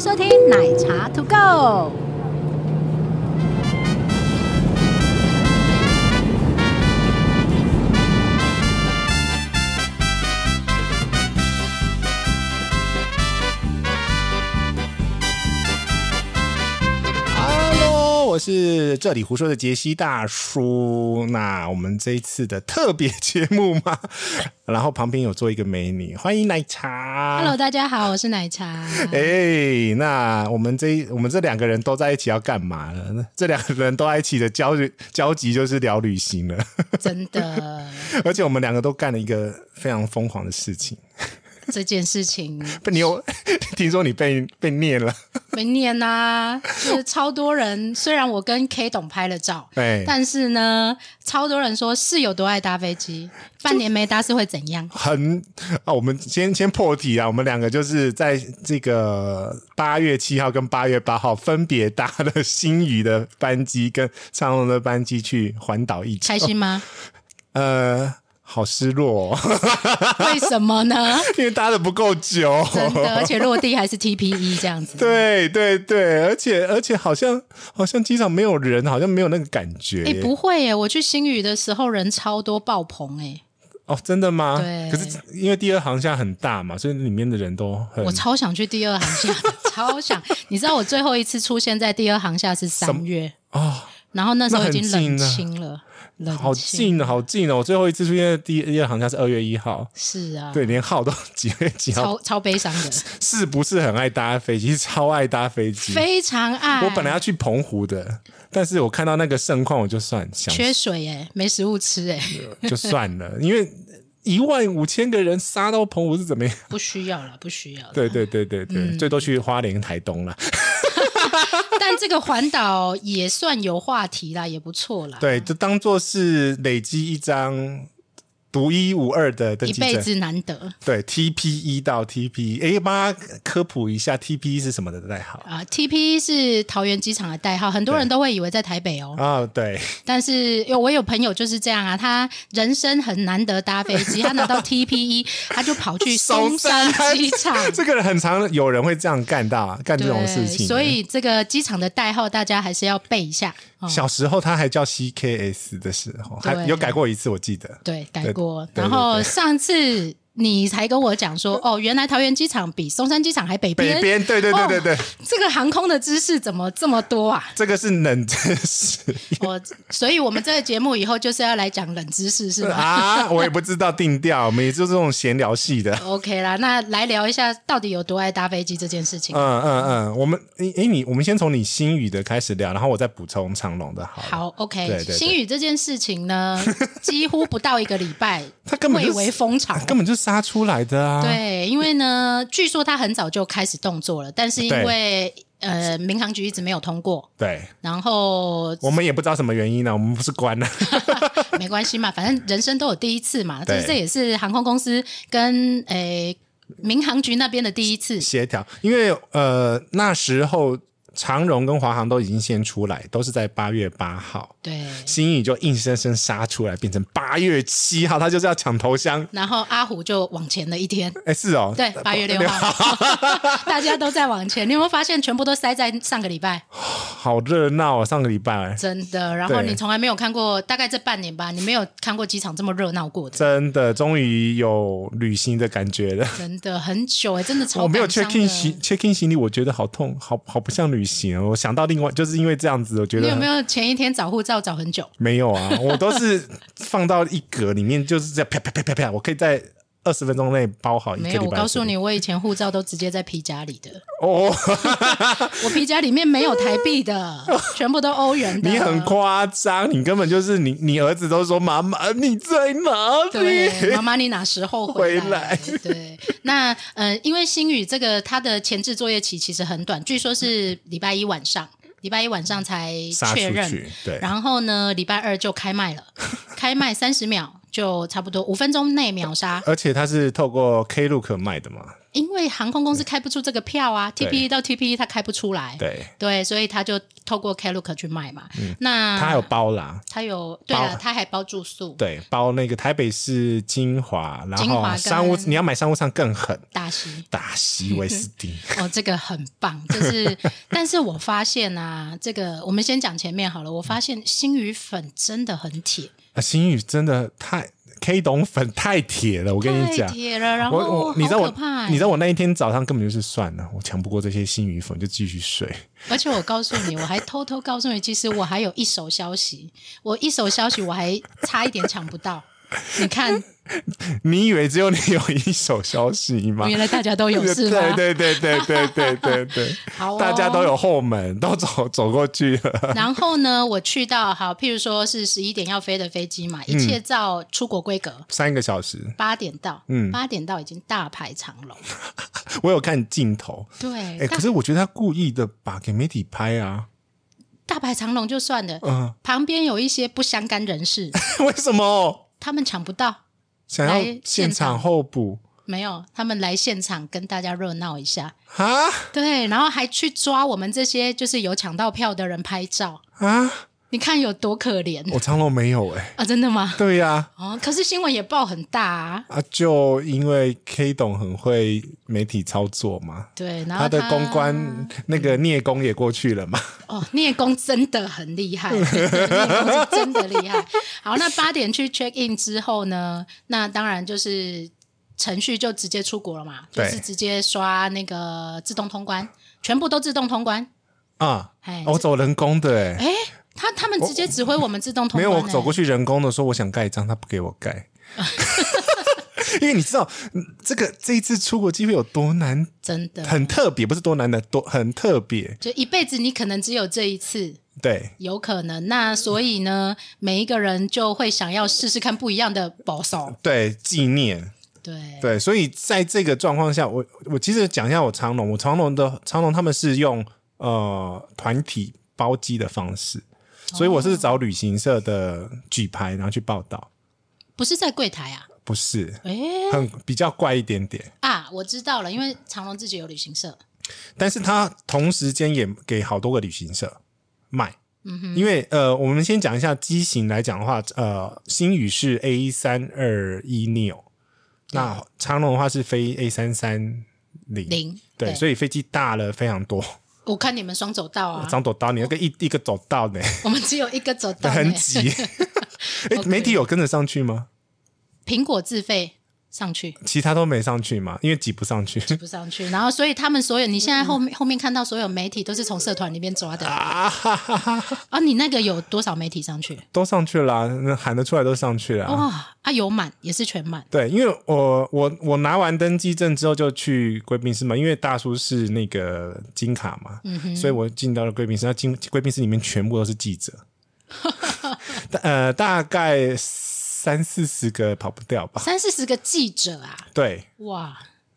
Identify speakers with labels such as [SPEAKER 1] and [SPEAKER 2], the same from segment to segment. [SPEAKER 1] 收听奶茶 To Go。
[SPEAKER 2] Hello，我是这里胡说的杰西大叔。那我们这一次的特别节目嘛， 然后旁边有做一个美女，欢迎奶茶。
[SPEAKER 1] Hello，大家好，我是奶 茶。
[SPEAKER 2] 哎、那我们这一我们这两个人都在一起要干嘛呢？这两个人都在一起的交交集就是聊旅行了，
[SPEAKER 1] 真的，
[SPEAKER 2] 而且我们两个都干了一个非常疯狂的事情。
[SPEAKER 1] 这件事情
[SPEAKER 2] 被你有 听说你被被念了？
[SPEAKER 1] 没念呐、就是超多人。虽然我跟 K 董拍了照，
[SPEAKER 2] 哎，
[SPEAKER 1] 但是呢，超多人说室友多爱搭飞机，半年没搭是会怎 样？
[SPEAKER 2] 很啊，我们先先破题啊，我们两个就是在这个八月七号跟八月八号分别搭了新宇的班机跟长龙的班机去环岛一周
[SPEAKER 1] 开，心 吗？
[SPEAKER 2] 呃，好失落、哦，
[SPEAKER 1] 为什么呢？
[SPEAKER 2] 因为搭的不够久。
[SPEAKER 1] 真的，而且落地还是 TPE 这样子。
[SPEAKER 2] 对对对，而且而且好像好像机场没有人，好像没有那个感觉
[SPEAKER 1] 哎、
[SPEAKER 2] 耶。
[SPEAKER 1] 不会耶！我去新宇的时候人超多，爆棚哎、
[SPEAKER 2] 哦，真的吗？
[SPEAKER 1] 对
[SPEAKER 2] 可是因为第二航厦很大嘛，所以里面的人都很
[SPEAKER 1] 我超想去第二航厦的，超想。 你知道我最后一次出现在第二航厦是
[SPEAKER 2] 什
[SPEAKER 1] 三
[SPEAKER 2] 么
[SPEAKER 1] 月，
[SPEAKER 2] 哦，
[SPEAKER 1] 然后那时候已经
[SPEAKER 2] 那很
[SPEAKER 1] 冷
[SPEAKER 2] 近啊
[SPEAKER 1] 清了，冷
[SPEAKER 2] 好近哦，好近哦！我最后一次出现在第一二航厦是二月一号，
[SPEAKER 1] 是啊，
[SPEAKER 2] 对，连号都几月几号，
[SPEAKER 1] 超超悲伤的，
[SPEAKER 2] 是不是很爱搭飞机？超爱搭飞机。
[SPEAKER 1] 非常爱。
[SPEAKER 2] 我本来要去澎湖的，但是我看到那个盛况，我就算想
[SPEAKER 1] 缺水哎、没食物吃哎、
[SPEAKER 2] 就算了，因为一万五千个人杀到澎湖是怎么样？
[SPEAKER 1] 不需要了，不需要了。
[SPEAKER 2] 对 对对对对，
[SPEAKER 1] 嗯
[SPEAKER 2] 最多去花莲、台东了。
[SPEAKER 1] 但这个环岛也算有话题啦，也不错啦。，
[SPEAKER 2] 对，就当做是累积一张独一无二的登
[SPEAKER 1] 一
[SPEAKER 2] 记
[SPEAKER 1] 辈
[SPEAKER 2] 证。
[SPEAKER 1] 子难得
[SPEAKER 2] 对，TPE 到 TPE，哎，帮他科普一下 TPE 是什么的代号
[SPEAKER 1] 啊、t p 是桃园机场的代号，很多人都会以为在台北哦。
[SPEAKER 2] 啊、对，
[SPEAKER 1] 但是有我有朋友就是这样啊，他人生很难得搭飞机，他拿 到 TPE，他就跑去松山机场。
[SPEAKER 2] 这个人很常有人会这样干到干这种事情，嗯
[SPEAKER 1] 所以这个机场的代号大家还是要背一下。哦、
[SPEAKER 2] 小时候他还叫 CKS 的时候，还
[SPEAKER 1] 对
[SPEAKER 2] 有改过一次，我记得。
[SPEAKER 1] 对，改
[SPEAKER 2] 对
[SPEAKER 1] 过。
[SPEAKER 2] 对
[SPEAKER 1] 然后上次你才跟我讲 说，哦，原来桃园机场比松山机场还北边。哦
[SPEAKER 2] 北边，对对对对对，
[SPEAKER 1] 这个航空的知识怎么这么多啊？
[SPEAKER 2] 这个是冷知识
[SPEAKER 1] 我，所以我们这个节目以后就是要来讲冷知识，是 吗、
[SPEAKER 2] 啊，我也不知道定调，我们也就这种闲聊系的。
[SPEAKER 1] o k 啦，那来聊一下到底有多爱搭飞机这件事情。
[SPEAKER 2] 嗯嗯嗯，我们诶诶，你我们先从你新语的开始聊，然后我再补充长龙的好了。
[SPEAKER 1] 好，OK，
[SPEAKER 2] 对对对
[SPEAKER 1] 新宇这件事情 呢，几乎不到一个礼拜，
[SPEAKER 2] 他根本
[SPEAKER 1] 蔚
[SPEAKER 2] 就
[SPEAKER 1] 为
[SPEAKER 2] 是
[SPEAKER 1] 风潮
[SPEAKER 2] 啊，根本就杀出来的啊！，
[SPEAKER 1] 对，因为呢，据说他很早就开始动作了，但是因
[SPEAKER 2] 对
[SPEAKER 1] 为呃，民航局一直没有通过，
[SPEAKER 2] 对
[SPEAKER 1] 然后
[SPEAKER 2] 我们也不知道什么原因呢、我们不是啊关了，
[SPEAKER 1] 没关系嘛，反正人生都有第一次嘛，这
[SPEAKER 2] 对
[SPEAKER 1] 这也是航空公司跟诶、民航局那边的第一次。
[SPEAKER 2] 协调，因为呃那时候长荣跟华航都已经先出来，都是在八月八号，
[SPEAKER 1] 对，
[SPEAKER 2] 新宇就硬生生杀出来，变成八月七号，他就是要抢头香。
[SPEAKER 1] 然后阿虎就往前了一天，
[SPEAKER 2] 哎，是哦，
[SPEAKER 1] 对，八月六号， 大家都在往前。你有没有发现全部都塞在上个礼拜？
[SPEAKER 2] 好热闹啊！上个礼拜
[SPEAKER 1] 真的。然后
[SPEAKER 2] 对
[SPEAKER 1] 你从来没有看过，大概这半年吧，你没有看过机场这么热闹过的，
[SPEAKER 2] 真的终于有旅行的感觉了。
[SPEAKER 1] 真的很久哎、真的超
[SPEAKER 2] 我没有
[SPEAKER 1] 感伤
[SPEAKER 2] check in
[SPEAKER 1] 的
[SPEAKER 2] 行 check in 行李，我觉得好痛，好好不像旅行哦。我想到另外，就是因为这样子，我觉
[SPEAKER 1] 你
[SPEAKER 2] 得
[SPEAKER 1] 有
[SPEAKER 2] 很
[SPEAKER 1] 没有前一天找护照找很久？
[SPEAKER 2] 没有啊，我都是放到一格里面，就是这样啪啪啪啪啪，我可以在二十分钟内包好一个
[SPEAKER 1] 没
[SPEAKER 2] 礼拜
[SPEAKER 1] 有，
[SPEAKER 2] 的
[SPEAKER 1] 我告诉
[SPEAKER 2] 行李
[SPEAKER 1] 你，我以前护照都直接在皮夹里的，
[SPEAKER 2] 哦，
[SPEAKER 1] 我皮夹里面没有台币 的，全部都欧元的。
[SPEAKER 2] 你很夸张，你根本就是你，你儿子都说妈妈呃你在哪里？
[SPEAKER 1] 对，妈妈，你哪时候
[SPEAKER 2] 回
[SPEAKER 1] 来
[SPEAKER 2] 来？
[SPEAKER 1] 对，那呃，因为星宇这个它的前置作业期其实很短，据说是礼拜一晚上，礼拜一晚上才
[SPEAKER 2] 杀
[SPEAKER 1] 确
[SPEAKER 2] 出
[SPEAKER 1] 认
[SPEAKER 2] 去，，对，
[SPEAKER 1] 然后呢，礼拜二就开卖 了，开卖三十秒就差不多五分钟内秒杀。
[SPEAKER 2] 而且它是透过 Klook 卖的嘛，
[SPEAKER 1] 因为航空公司开不出这个票啊
[SPEAKER 2] 对
[SPEAKER 1] ，TPE 到 TPE 它开不出来，
[SPEAKER 2] 对，嗯
[SPEAKER 1] 对，所以他就透过 Klook 去卖嘛。那
[SPEAKER 2] 他有包啦，
[SPEAKER 1] 他有对
[SPEAKER 2] 包
[SPEAKER 1] 啊，他还包住宿、
[SPEAKER 2] 对，包那个台北市精华，然
[SPEAKER 1] 精华
[SPEAKER 2] 后
[SPEAKER 1] 跟
[SPEAKER 2] 商务你要买商务舱更狠，
[SPEAKER 1] 大西。
[SPEAKER 2] 达西威斯 汀，
[SPEAKER 1] 哦，这个很棒，就是，但是我发现啊，这个我们先讲前面好了。我发现星宇粉真的很铁，
[SPEAKER 2] 啊，星宇真的太 K 懂粉太铁了，我跟你
[SPEAKER 1] 太
[SPEAKER 2] 讲。
[SPEAKER 1] 铁了。然后
[SPEAKER 2] 我我你知道
[SPEAKER 1] 好
[SPEAKER 2] 我
[SPEAKER 1] 可怕欸、
[SPEAKER 2] 你知道我那一天早上根本就是算了，我抢不过这些星宇粉，就继续睡。
[SPEAKER 1] 而且我告诉你，我还偷偷告诉你，其实我还有一手消息，我一手消息我还差一点抢不到。你看，
[SPEAKER 2] 你以为只有你有一手消息吗？
[SPEAKER 1] 原来大家都 有是
[SPEAKER 2] 对
[SPEAKER 1] 吗？
[SPEAKER 2] 对对对对对 对对，
[SPEAKER 1] 好哦
[SPEAKER 2] 大家都有后门，都走走过去了。
[SPEAKER 1] 然后呢，我去到好，譬如说是十一点要飞的飞机嘛，一
[SPEAKER 2] 嗯
[SPEAKER 1] 切照出国规格，
[SPEAKER 2] 三个小时，
[SPEAKER 1] 八点到，嗯，八点到已经大排长 龙，
[SPEAKER 2] 我有看镜头，
[SPEAKER 1] 对，
[SPEAKER 2] 哎、
[SPEAKER 1] 大
[SPEAKER 2] 可是我觉得他故意的吧，给媒体拍啊，
[SPEAKER 1] 大排长龙就算了，
[SPEAKER 2] 嗯、
[SPEAKER 1] 旁边有一些不相干人士，
[SPEAKER 2] 为什么
[SPEAKER 1] 他们抢不到，
[SPEAKER 2] 想要
[SPEAKER 1] 来
[SPEAKER 2] 现
[SPEAKER 1] 现
[SPEAKER 2] 场
[SPEAKER 1] 场
[SPEAKER 2] 候补
[SPEAKER 1] 没有，他们来现场跟大家热闹一下，
[SPEAKER 2] 啊
[SPEAKER 1] 对，然后还去抓我们这些就是有抢到票的人拍照，
[SPEAKER 2] 啊？
[SPEAKER 1] 你看有多可怜
[SPEAKER 2] 我长隆没有哎、
[SPEAKER 1] 啊！真的吗？
[SPEAKER 2] 对呀、
[SPEAKER 1] 哦，可是新闻也报很大啊，
[SPEAKER 2] 啊，就因为 K 董很会媒体操作嘛，
[SPEAKER 1] 对，然后
[SPEAKER 2] 他的公关那个聂工也过去了嘛，
[SPEAKER 1] 哦，聂工真的很厉害， 聂工是真的厉害。好，那八点去 check in 之后呢，那当然就是程序就直接出国了嘛，就
[SPEAKER 2] 对
[SPEAKER 1] 是直接刷那个自动通关，全部都自动通关。
[SPEAKER 2] 啊，
[SPEAKER 1] 哎
[SPEAKER 2] 我走人工的哎、
[SPEAKER 1] 哎、他他们直接指挥我们自动通
[SPEAKER 2] 没
[SPEAKER 1] 关、
[SPEAKER 2] 有，
[SPEAKER 1] 欸
[SPEAKER 2] 我走过去人工的说我想盖章，他不给我盖， 因为你知道嗯这个这一次出国机会有多难，
[SPEAKER 1] 真的，
[SPEAKER 2] 很特别，不是多难的，多很特别，
[SPEAKER 1] 就一辈子你可能只有这一次。
[SPEAKER 2] 对。
[SPEAKER 1] 有可能，那所以呢，每一个人就会想要试试看不一样的保守，
[SPEAKER 2] 对，纪念
[SPEAKER 1] 对，
[SPEAKER 2] 对，所以在这个状况下，我我其实讲一下我长隆，我长隆的长隆他们是用呃团体包机的方式，所以我
[SPEAKER 1] 哦
[SPEAKER 2] 是找旅行社的举牌然后去报道，
[SPEAKER 1] 不是在柜台啊，
[SPEAKER 2] 不是
[SPEAKER 1] 哎、
[SPEAKER 2] 很比较怪一点点，
[SPEAKER 1] 啊，我知道了，因为长隆自己有旅行社，
[SPEAKER 2] 但是他同时间也给好多个旅行社卖。因为呃，我们先讲一下机型来讲的话，呃，星宇是 A 三二一 neo，那长龙的话是飞 A 三三零
[SPEAKER 1] 零
[SPEAKER 2] 对，所以飞机大了非常多，
[SPEAKER 1] 我看你们双走道啊，
[SPEAKER 2] 张朵刀，你那个一一个走道呢，
[SPEAKER 1] 我们只有一个走道、欸
[SPEAKER 2] 很挤。哎，媒体有跟着上去吗？
[SPEAKER 1] 苹果自费上去
[SPEAKER 2] 其他都没上去嘛，因为挤不上去
[SPEAKER 1] 不上去，然后所以他们所有你现在后面、后面看到所有媒体都是从社团里面抓的啊
[SPEAKER 2] 嗯啊，哈哈哈哈
[SPEAKER 1] 你那个有多少媒体上去？
[SPEAKER 2] 都上去了啊、那喊得出来都上去了啊、
[SPEAKER 1] 哇啊，有满也是全满，
[SPEAKER 2] 对，因为我我我拿完登机证之后就去贵宾室嘛，因为大叔是那个金卡嘛，所以我进到了贵宾室。那金贵宾室里面全部都是记者，大呃，大概三四十个跑不掉吧。
[SPEAKER 1] 三四十个记者啊，
[SPEAKER 2] 对
[SPEAKER 1] 哇，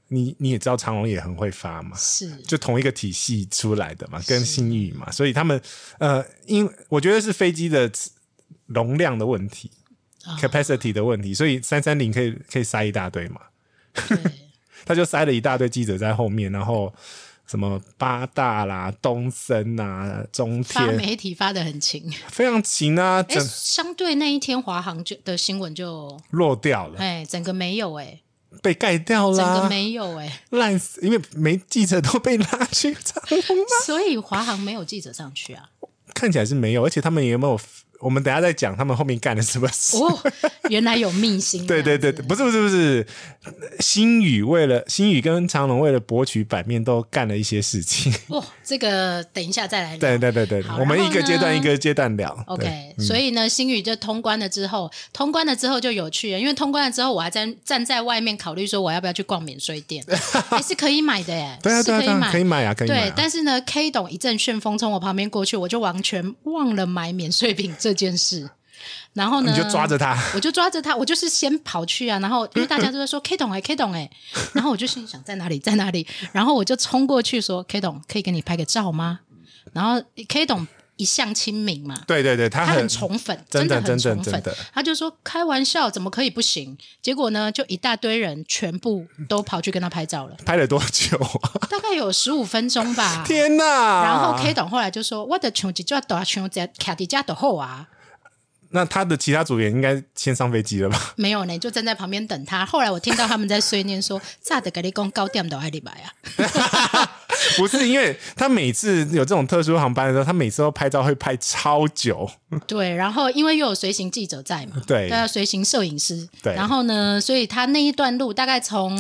[SPEAKER 2] 你你也知道，长隆也很会发嘛，
[SPEAKER 1] 是
[SPEAKER 2] 就同一个体系出来的嘛，跟新宇嘛，所以他们呃，因我觉得是飞机的容量的问题、
[SPEAKER 1] 啊
[SPEAKER 2] c a p a c i t y 的问题，所以三三零可以可以塞一大堆嘛，
[SPEAKER 1] 对，
[SPEAKER 2] 他就塞了一大堆记者在后面，然后什么八大啦、东森啊、中
[SPEAKER 1] 发
[SPEAKER 2] 天
[SPEAKER 1] 媒体发的很 勤，
[SPEAKER 2] 非常勤啊，
[SPEAKER 1] 哎，
[SPEAKER 2] 整
[SPEAKER 1] 相对那一天华航就的新闻就
[SPEAKER 2] 落掉了，
[SPEAKER 1] 哎整个没有哎、
[SPEAKER 2] 被盖掉
[SPEAKER 1] 整个
[SPEAKER 2] 啦，
[SPEAKER 1] 没有哎、
[SPEAKER 2] 烂死，因为没记者都被拉去长隆了，
[SPEAKER 1] 所以华航没有记者上去啊。
[SPEAKER 2] 看起来是没有，而且他们也没有。我们等一下再讲他们后面干了什么事。
[SPEAKER 1] 哦，原来有秘辛。
[SPEAKER 2] 对对对，对，不是不是不是，新宇为了新宇跟长隆为了博取版面，都干了一些事情。
[SPEAKER 1] 哇、哦这个等一下再来聊。
[SPEAKER 2] 对嗯对对对，
[SPEAKER 1] 好
[SPEAKER 2] 我们
[SPEAKER 1] 然
[SPEAKER 2] 一
[SPEAKER 1] 后
[SPEAKER 2] 个阶段
[SPEAKER 1] 呢
[SPEAKER 2] 一个阶段聊。对
[SPEAKER 1] OK，、所以呢，星宇就通关了之后，通关了之后就有趣了，因为通关了之后，我还在站在外面考虑说我要不要去逛免税 店，还是可以买的耶，
[SPEAKER 2] 对啊
[SPEAKER 1] 是
[SPEAKER 2] 对啊
[SPEAKER 1] 可
[SPEAKER 2] 对啊，可以
[SPEAKER 1] 买。
[SPEAKER 2] 买啊，可以买
[SPEAKER 1] 对，
[SPEAKER 2] 啊。
[SPEAKER 1] 但是呢，K 董一阵旋风从我旁边过去，我就完全忘了买免税品这件 事。然后呢，
[SPEAKER 2] 啊你就抓着嗯它，
[SPEAKER 1] 我就抓着他，我就是先跑去啊，然后因为大家都在说 K 董哎、K 董哎、然后我就心里想在哪里在哪里，然后我就冲过去说 K 董可以跟你拍个照吗？然后 K 董一向亲民嘛，
[SPEAKER 2] 对对对，他
[SPEAKER 1] 他很
[SPEAKER 2] 很
[SPEAKER 1] 宠粉，
[SPEAKER 2] 真的
[SPEAKER 1] 的很
[SPEAKER 2] 真的
[SPEAKER 1] 宠粉
[SPEAKER 2] 真的。
[SPEAKER 1] 他就说开玩笑，怎么可以不行？结果呢，就一大堆人全部都跑去跟他拍 照了，
[SPEAKER 2] 拍了多久啊？。
[SPEAKER 1] 大概有十五分钟吧
[SPEAKER 2] 天哪！
[SPEAKER 1] 然后 K 董后来就说：“我的穷极就要打穷在卡迪加的后啊，
[SPEAKER 2] 那他的其他组员应该先上飞机 了吧？
[SPEAKER 1] 没有呢，就站在旁边等他。”后来我听到他们在碎念说：“ 炸的给你公高点到爱丽白啊
[SPEAKER 2] 不是，因为他每次有这种特殊航班的时候，他每次都拍照会拍超久。！”
[SPEAKER 1] 对，然后因为又有随行记者在嘛，
[SPEAKER 2] 对
[SPEAKER 1] 对啊，随行摄影师。
[SPEAKER 2] 对
[SPEAKER 1] 然后呢，所以他那一段路大概 从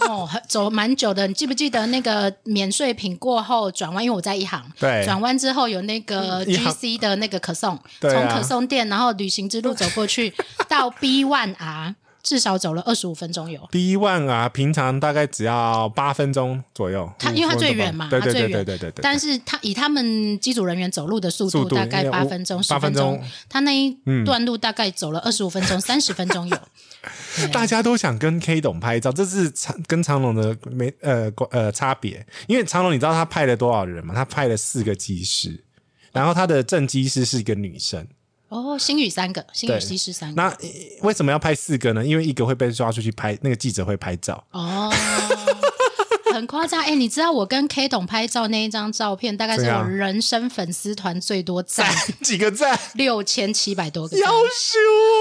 [SPEAKER 1] 哦很走蛮久的，你记不记得那个免税品过后转弯？因为我在一行，
[SPEAKER 2] 对
[SPEAKER 1] 转弯之后有那个
[SPEAKER 2] 一行
[SPEAKER 1] GC 的那个可颂，
[SPEAKER 2] 对
[SPEAKER 1] 从
[SPEAKER 2] 啊
[SPEAKER 1] 可颂店，然后旅行之路走过去到 B One R，至少走了二十五分钟有。
[SPEAKER 2] B one 啊，平常大概只要八分钟左右。
[SPEAKER 1] 它
[SPEAKER 2] 嗯
[SPEAKER 1] 因为它最远嘛，
[SPEAKER 2] 对
[SPEAKER 1] 它
[SPEAKER 2] 对
[SPEAKER 1] 最
[SPEAKER 2] 对
[SPEAKER 1] 远，
[SPEAKER 2] 对对对对。
[SPEAKER 1] 但是它以他们机组人员走路的速
[SPEAKER 2] 速度
[SPEAKER 1] 大概
[SPEAKER 2] 应该
[SPEAKER 1] 八
[SPEAKER 2] 五
[SPEAKER 1] 分钟、十
[SPEAKER 2] 八分钟
[SPEAKER 1] 钟，他那一段路大概走了二十五分钟、三十分钟
[SPEAKER 2] 嗯
[SPEAKER 1] 有。对
[SPEAKER 2] 大家都想跟 K 董拍照，这是长跟长龙的没呃关呃差别。因为长龙你知道他派了多少人吗？他派了四个技师，然后他的正技师是一个女生。
[SPEAKER 1] 哦，星宇三个，星宇
[SPEAKER 2] 对
[SPEAKER 1] 西施三个。
[SPEAKER 2] 那呃为什么要派四个呢？因为一个会被抓出去拍，那个记者会拍照。
[SPEAKER 1] 哦，很夸张。哎、你知道我跟 K 董拍照那一张照片，大概是
[SPEAKER 2] 怎
[SPEAKER 1] 我
[SPEAKER 2] 样
[SPEAKER 1] 人生粉丝团最多赞
[SPEAKER 2] 赞哎几个赞，
[SPEAKER 1] 六千七百多个赞
[SPEAKER 2] 要羞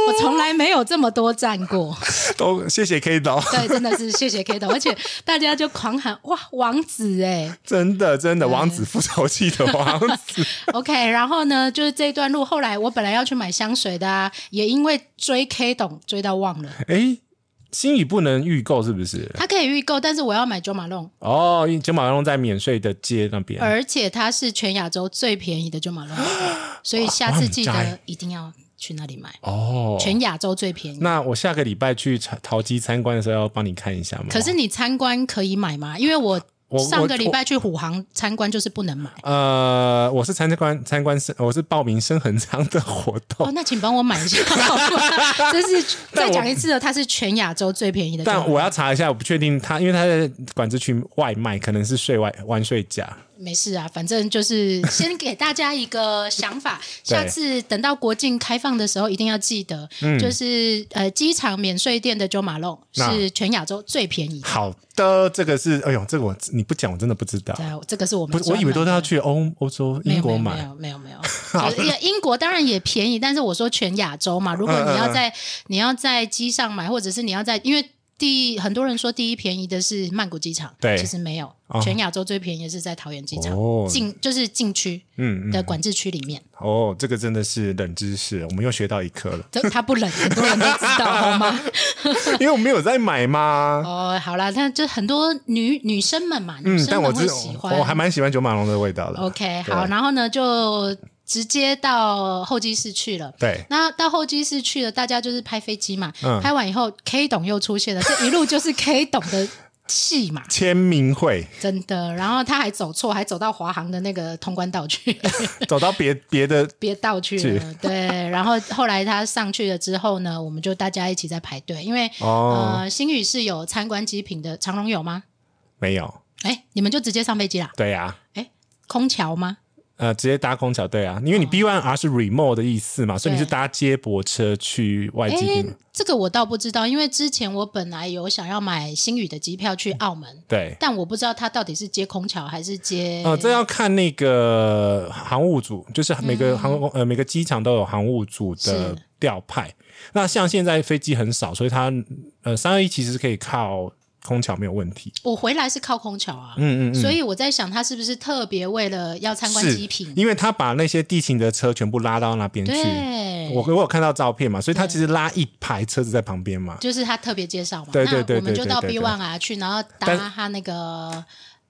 [SPEAKER 1] 我从来没有这么多赞过。
[SPEAKER 2] 都谢谢 K 导，
[SPEAKER 1] 对，真的是谢谢 K 董，而且大家就狂喊哇，王子哎、
[SPEAKER 2] 真的真的王子复仇记的王 子，
[SPEAKER 1] OK，然后呢，就是这一段路，后来我本来要去买香水的、啊，也因为追 K 董追到忘了。
[SPEAKER 2] 哎。星宇不能预购是不是？
[SPEAKER 1] 它可以预购，但是我要买 Jo Malone，
[SPEAKER 2] 哦，因为九马龙在免税的街那边，
[SPEAKER 1] 而且它是全亚洲最便宜的 Jo Malone，所以下次记
[SPEAKER 2] 哇很
[SPEAKER 1] 得一定要去那里买，
[SPEAKER 2] 哦，
[SPEAKER 1] 全亚洲最便宜。
[SPEAKER 2] 那我下个礼拜去陶陶机参观的时候，要帮你看一下吗？
[SPEAKER 1] 可是你参观可以买吗？因为我
[SPEAKER 2] 我
[SPEAKER 1] 上个礼拜去虎航参观就是不能买。
[SPEAKER 2] 呃，我是参观参观生，我是报名生恒昌的活动，
[SPEAKER 1] 哦，那请帮我买一下好吗？这是
[SPEAKER 2] 但
[SPEAKER 1] 再
[SPEAKER 2] 我
[SPEAKER 1] 讲一次哦了，它是全亚洲最便宜的 Jo Malone。
[SPEAKER 2] 但我要查一下，我不确定他，因为他在管制区外卖，可能是税外完税价。
[SPEAKER 1] 没事啊，反正就是先给大家一个想 法，
[SPEAKER 2] 对
[SPEAKER 1] 下次等到国境开放的时候，一定要记得，就是呃，机场免税店的 Jo Malone
[SPEAKER 2] 嗯那
[SPEAKER 1] 是全亚洲最便宜的。
[SPEAKER 2] 好的，这个是，哎呦，这个我你不讲我真的不知道
[SPEAKER 1] 对，啊，这个是我们
[SPEAKER 2] 不，我以为都是要
[SPEAKER 1] 专
[SPEAKER 2] 去欧欧洲
[SPEAKER 1] 门的
[SPEAKER 2] 英国
[SPEAKER 1] 没
[SPEAKER 2] 买。
[SPEAKER 1] 有没有 没有没有，就是也英国当然也便宜，但是我说全亚洲
[SPEAKER 2] 嗯
[SPEAKER 1] 嘛，如果你要在你要在机上买，或者是你要在因为。第一，很多人说第一便宜的是曼谷机场，
[SPEAKER 2] 对
[SPEAKER 1] 其实没有，
[SPEAKER 2] 哦
[SPEAKER 1] 全亚洲最便宜的是在桃园机场，
[SPEAKER 2] 哦
[SPEAKER 1] 禁就是禁区
[SPEAKER 2] 嗯
[SPEAKER 1] 的
[SPEAKER 2] 嗯，
[SPEAKER 1] 管制区里面。，
[SPEAKER 2] 哦，这个真的是冷知识，我们又学到一课了
[SPEAKER 1] 这他不冷，很多人都知道，好 吗？
[SPEAKER 2] 因为我没有在买嘛。
[SPEAKER 1] 哦，好啦，那就很多女女生们嘛，女
[SPEAKER 2] 嗯，
[SPEAKER 1] 生
[SPEAKER 2] 但我
[SPEAKER 1] 们会
[SPEAKER 2] 知
[SPEAKER 1] 喜欢。
[SPEAKER 2] 我还蛮喜欢九马龙的味道的。
[SPEAKER 1] OK，
[SPEAKER 2] 对
[SPEAKER 1] 好，然后呢，就直接到候机室去了。
[SPEAKER 2] 对，
[SPEAKER 1] 那到候机室去了，大家就是拍飞机嘛。
[SPEAKER 2] 嗯
[SPEAKER 1] 拍完以后，K 董又出现了，这一路就是 K 董的戏 嘛，
[SPEAKER 2] 签名会
[SPEAKER 1] 真的。然后他还走错，还走到华航的那个通关道 去。
[SPEAKER 2] 走到别别 的
[SPEAKER 1] 别道去了，对。然后后来他上去了之后呢，我们就大家一起在排队，因为、
[SPEAKER 2] 哦
[SPEAKER 1] 呃，新宇是有参观机品的，长荣有吗？
[SPEAKER 2] 没有，
[SPEAKER 1] 哎，你们就直接上飞机啦？
[SPEAKER 2] 对啊，
[SPEAKER 1] 哎，空桥吗？
[SPEAKER 2] 呃，直接搭空桥，对啊，因为你 B one R 是 remote 的意思嘛，所以你是搭接驳车去外
[SPEAKER 1] 哎
[SPEAKER 2] 基地，，
[SPEAKER 1] 这个我倒不知道，因为之前我本来有想要买新宇的机票去澳门，
[SPEAKER 2] 对，
[SPEAKER 1] 但我不知道他到底是接空桥还是接
[SPEAKER 2] 呃，这要看那个航务组，就是每个航空、呃每个机场都有航务组的
[SPEAKER 1] 是
[SPEAKER 2] 调派。那像现在飞机很少，所以它呃三二一其实可以靠空桥没有问题。
[SPEAKER 1] 我回来是靠空桥啊，
[SPEAKER 2] 嗯嗯嗯，
[SPEAKER 1] 所以我在想他是不是特别为了要参观机
[SPEAKER 2] 是
[SPEAKER 1] 品，
[SPEAKER 2] 因为他把那些地勤的车全部拉到那边去。
[SPEAKER 1] 对，
[SPEAKER 2] 我我有看到照片嘛，所以他其实拉一排车子在旁边嘛。
[SPEAKER 1] 就是他特别介绍嘛。
[SPEAKER 2] 对对对
[SPEAKER 1] 那我们
[SPEAKER 2] 对
[SPEAKER 1] 就
[SPEAKER 2] 对
[SPEAKER 1] 到
[SPEAKER 2] 对
[SPEAKER 1] B
[SPEAKER 2] 对
[SPEAKER 1] One 啊去，然后搭
[SPEAKER 2] 但
[SPEAKER 1] 他那个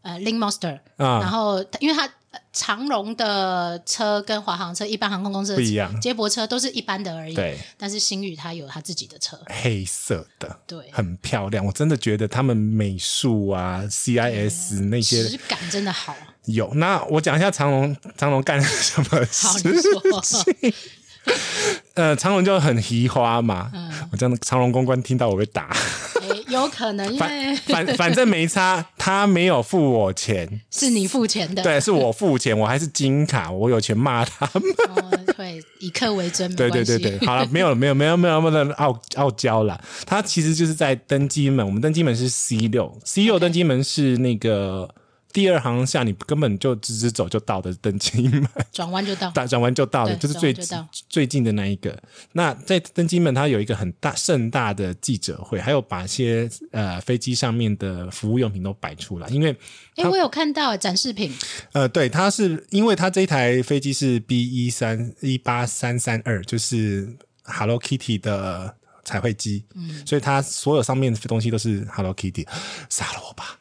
[SPEAKER 1] 呃 Link Monster，、
[SPEAKER 2] 啊
[SPEAKER 1] 然后因为他。呃长荣的车跟华航车、一般航空公司的
[SPEAKER 2] 不一样
[SPEAKER 1] 接驳车都是一般的而已。
[SPEAKER 2] 对，
[SPEAKER 1] 但是星宇它有它自己的车，
[SPEAKER 2] 黑色的，
[SPEAKER 1] 对
[SPEAKER 2] 很漂亮。我真的觉得他们美术啊、CIS 那
[SPEAKER 1] 质
[SPEAKER 2] 些
[SPEAKER 1] 感真的 好。
[SPEAKER 2] 有。那我讲一下长隆，长隆干了什么
[SPEAKER 1] 好，
[SPEAKER 2] 事？
[SPEAKER 1] 你说 嗯
[SPEAKER 2] 呃，长隆就很移花嘛。我这样长隆公关听到我被打。
[SPEAKER 1] 诶哎有可能因
[SPEAKER 2] 反
[SPEAKER 1] 为
[SPEAKER 2] 反反正没差，他没有付我 钱，
[SPEAKER 1] 是你付钱的，
[SPEAKER 2] 对，是我付钱，我还是金卡，我有钱骂他。
[SPEAKER 1] 哦，会以客为尊，没
[SPEAKER 2] 对对
[SPEAKER 1] 关
[SPEAKER 2] 对
[SPEAKER 1] 系
[SPEAKER 2] 对，好了，没有没有没有没有那么的傲傲娇啦。他其实就是在登机门，我们登机门是 C 六，C 六登机门是那个第二航向，你根本就直直走就到的登机门。
[SPEAKER 1] 转弯就到。
[SPEAKER 2] 打转弯就到了，
[SPEAKER 1] 对
[SPEAKER 2] 就是最
[SPEAKER 1] 转弯
[SPEAKER 2] 最近的那一个。那在登机门，它有一个很大盛大的记者会，还有把一些呃飞机上面的服务用品都摆出来，因为
[SPEAKER 1] 哎，我有看到展示品，
[SPEAKER 2] 呃，对，它是因为它这一台飞机是 B 一三一八三三二，就是 Hello Kitty 的。彩绘机，
[SPEAKER 1] 嗯
[SPEAKER 2] 所以它所有上面的东西都是 Hello Kitty，杀了我吧！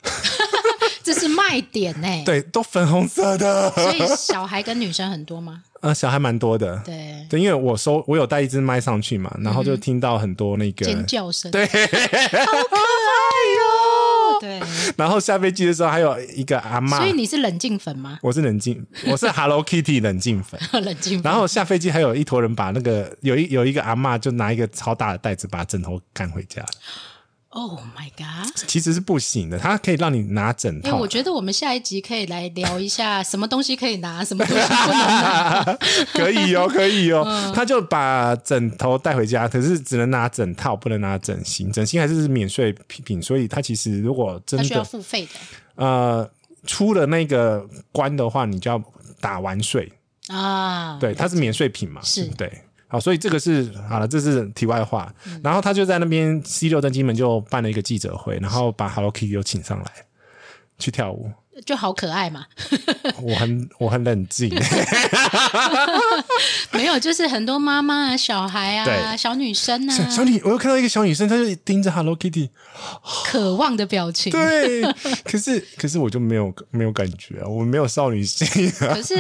[SPEAKER 1] 这是卖点 呢。
[SPEAKER 2] 对，都粉红色的，
[SPEAKER 1] 所以小孩跟女生很多吗？
[SPEAKER 2] 呃，小孩蛮多的，
[SPEAKER 1] 对，嗯
[SPEAKER 2] 对，因为我收我有带一支麦上去嘛，然后就听到很多那个
[SPEAKER 1] 尖叫声。
[SPEAKER 2] 对，好可爱哟、
[SPEAKER 1] 对，
[SPEAKER 2] 然后下飞机的时候还有一个阿妈
[SPEAKER 1] 所，以你是冷静粉吗？
[SPEAKER 2] 我是冷静，我是 Hello Kitty 冷静粉。
[SPEAKER 1] 冷静粉
[SPEAKER 2] 然后下飞机还有一坨人把那个有一有一个阿妈就拿一个超大的袋子把枕头赶回家，
[SPEAKER 1] ，Oh my god！
[SPEAKER 2] 其实是不行的，它可以让你拿枕
[SPEAKER 1] 哎、
[SPEAKER 2] 套。
[SPEAKER 1] 我觉得我们下一集可以来聊一下什么东西可以拿，什么 东西不能拿。
[SPEAKER 2] 可以哦，可以哦，他就把枕头带回家，可是只能拿枕套，不能拿枕芯，枕芯还是免税品，所以他其实如果真
[SPEAKER 1] 它需要
[SPEAKER 2] 的
[SPEAKER 1] 付费的
[SPEAKER 2] 呃出了那个关的话，你就要打完税，
[SPEAKER 1] 啊。
[SPEAKER 2] 对，它是免税品嘛，
[SPEAKER 1] 是
[SPEAKER 2] 对。好，所以这个是好了，这是题外话。
[SPEAKER 1] 嗯
[SPEAKER 2] 然后他就在那边 C 六登机门就办了一个记者会，然后把 Hello Kitty 又请上来去跳舞。
[SPEAKER 1] 就好可爱嘛。
[SPEAKER 2] 我很我很冷静，
[SPEAKER 1] 啊没有，就是很多妈妈啊、小孩啊、
[SPEAKER 2] 对
[SPEAKER 1] 小女生
[SPEAKER 2] 小
[SPEAKER 1] 啊，
[SPEAKER 2] 小女，我又看到一个小女生，她就盯着 Hello Kitty，
[SPEAKER 1] 渴望的表情。
[SPEAKER 2] 对，啊 可是可是我就没有没有感觉啊，我没有少女心啊，
[SPEAKER 1] 可是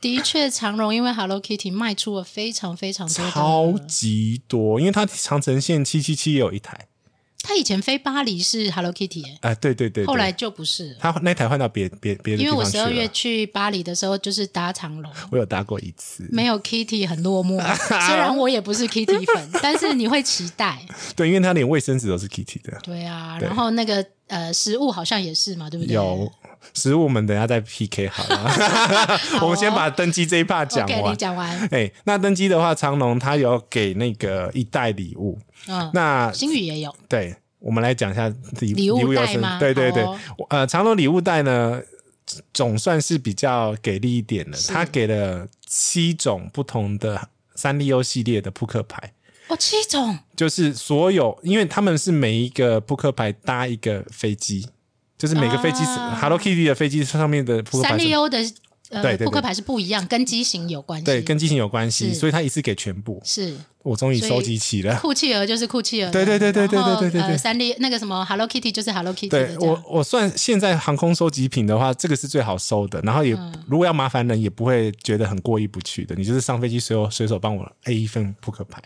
[SPEAKER 1] 的确，长荣因为 Hello Kitty 卖出了非常非常多的。
[SPEAKER 2] 超级多，因为它长城线七七七也有一台，
[SPEAKER 1] 他以前飞巴黎是 Hello Kitty，、欸、
[SPEAKER 2] 哎、对对对对，
[SPEAKER 1] 后来就不是了。
[SPEAKER 2] 他那台换到别别别的
[SPEAKER 1] 因为
[SPEAKER 2] 地
[SPEAKER 1] 我
[SPEAKER 2] 方去
[SPEAKER 1] 十二月
[SPEAKER 2] 了。
[SPEAKER 1] 去巴黎的时候，就是搭长龙，
[SPEAKER 2] 我有搭过一次，
[SPEAKER 1] 没有 Kitty 很落 寞。虽然我也不是 Kitty 粉，但是你会期待。
[SPEAKER 2] 对，因为它连卫生纸都是 Kitty 的。
[SPEAKER 1] 对啊，
[SPEAKER 2] 对
[SPEAKER 1] 然后那个呃，食物好像也是嘛，对不对？
[SPEAKER 2] 有食物，我们等一下再 PK 好 了。我们先把登机这一 part 讲
[SPEAKER 1] 哦 OK，
[SPEAKER 2] 完
[SPEAKER 1] 你。讲完。
[SPEAKER 2] 哎、那登机的话，长龙他有给那个一袋礼物，
[SPEAKER 1] 嗯，
[SPEAKER 2] 那
[SPEAKER 1] 星宇也有，
[SPEAKER 2] 对，我们来讲一下礼
[SPEAKER 1] 礼物
[SPEAKER 2] 物有
[SPEAKER 1] 袋
[SPEAKER 2] 什么
[SPEAKER 1] 吗
[SPEAKER 2] 对对对，
[SPEAKER 1] 好哦
[SPEAKER 2] 我呃，长隆礼物袋呢，总算是比较给力一点了。
[SPEAKER 1] 是
[SPEAKER 2] 它给了七种不同的三丽鸥系列的扑克牌，
[SPEAKER 1] 哦，七种
[SPEAKER 2] 就是所有，因为他们是每一个扑克牌搭一个飞机，就是每个飞机、
[SPEAKER 1] 啊
[SPEAKER 2] Hello Kitty 的飞机上面的扑克
[SPEAKER 1] 三
[SPEAKER 2] 牌
[SPEAKER 1] 丽
[SPEAKER 2] 是。
[SPEAKER 1] 鸥的
[SPEAKER 2] 对
[SPEAKER 1] 呃
[SPEAKER 2] 对对
[SPEAKER 1] 扑克牌是不一样，跟机型有关系。
[SPEAKER 2] 对，跟机型有关系，
[SPEAKER 1] 是
[SPEAKER 2] 所以他一次给全部。
[SPEAKER 1] 是
[SPEAKER 2] 我终于
[SPEAKER 1] 所以
[SPEAKER 2] 收集齐了。
[SPEAKER 1] 酷企鹅就是酷企鹅的，
[SPEAKER 2] 对对对对对
[SPEAKER 1] 然后
[SPEAKER 2] 对对对对
[SPEAKER 1] 呃，三丽那个什么 Hello Kitty 就是 Hello Kitty 的
[SPEAKER 2] 对
[SPEAKER 1] 这
[SPEAKER 2] 我
[SPEAKER 1] 样。，
[SPEAKER 2] 我算现在航空收集品的话，这个是最好收的，然后也、
[SPEAKER 1] 嗯
[SPEAKER 2] 如果要麻烦人，也不会觉得很过意不去的。你就是上飞机随手随手帮我 A 一份扑克牌，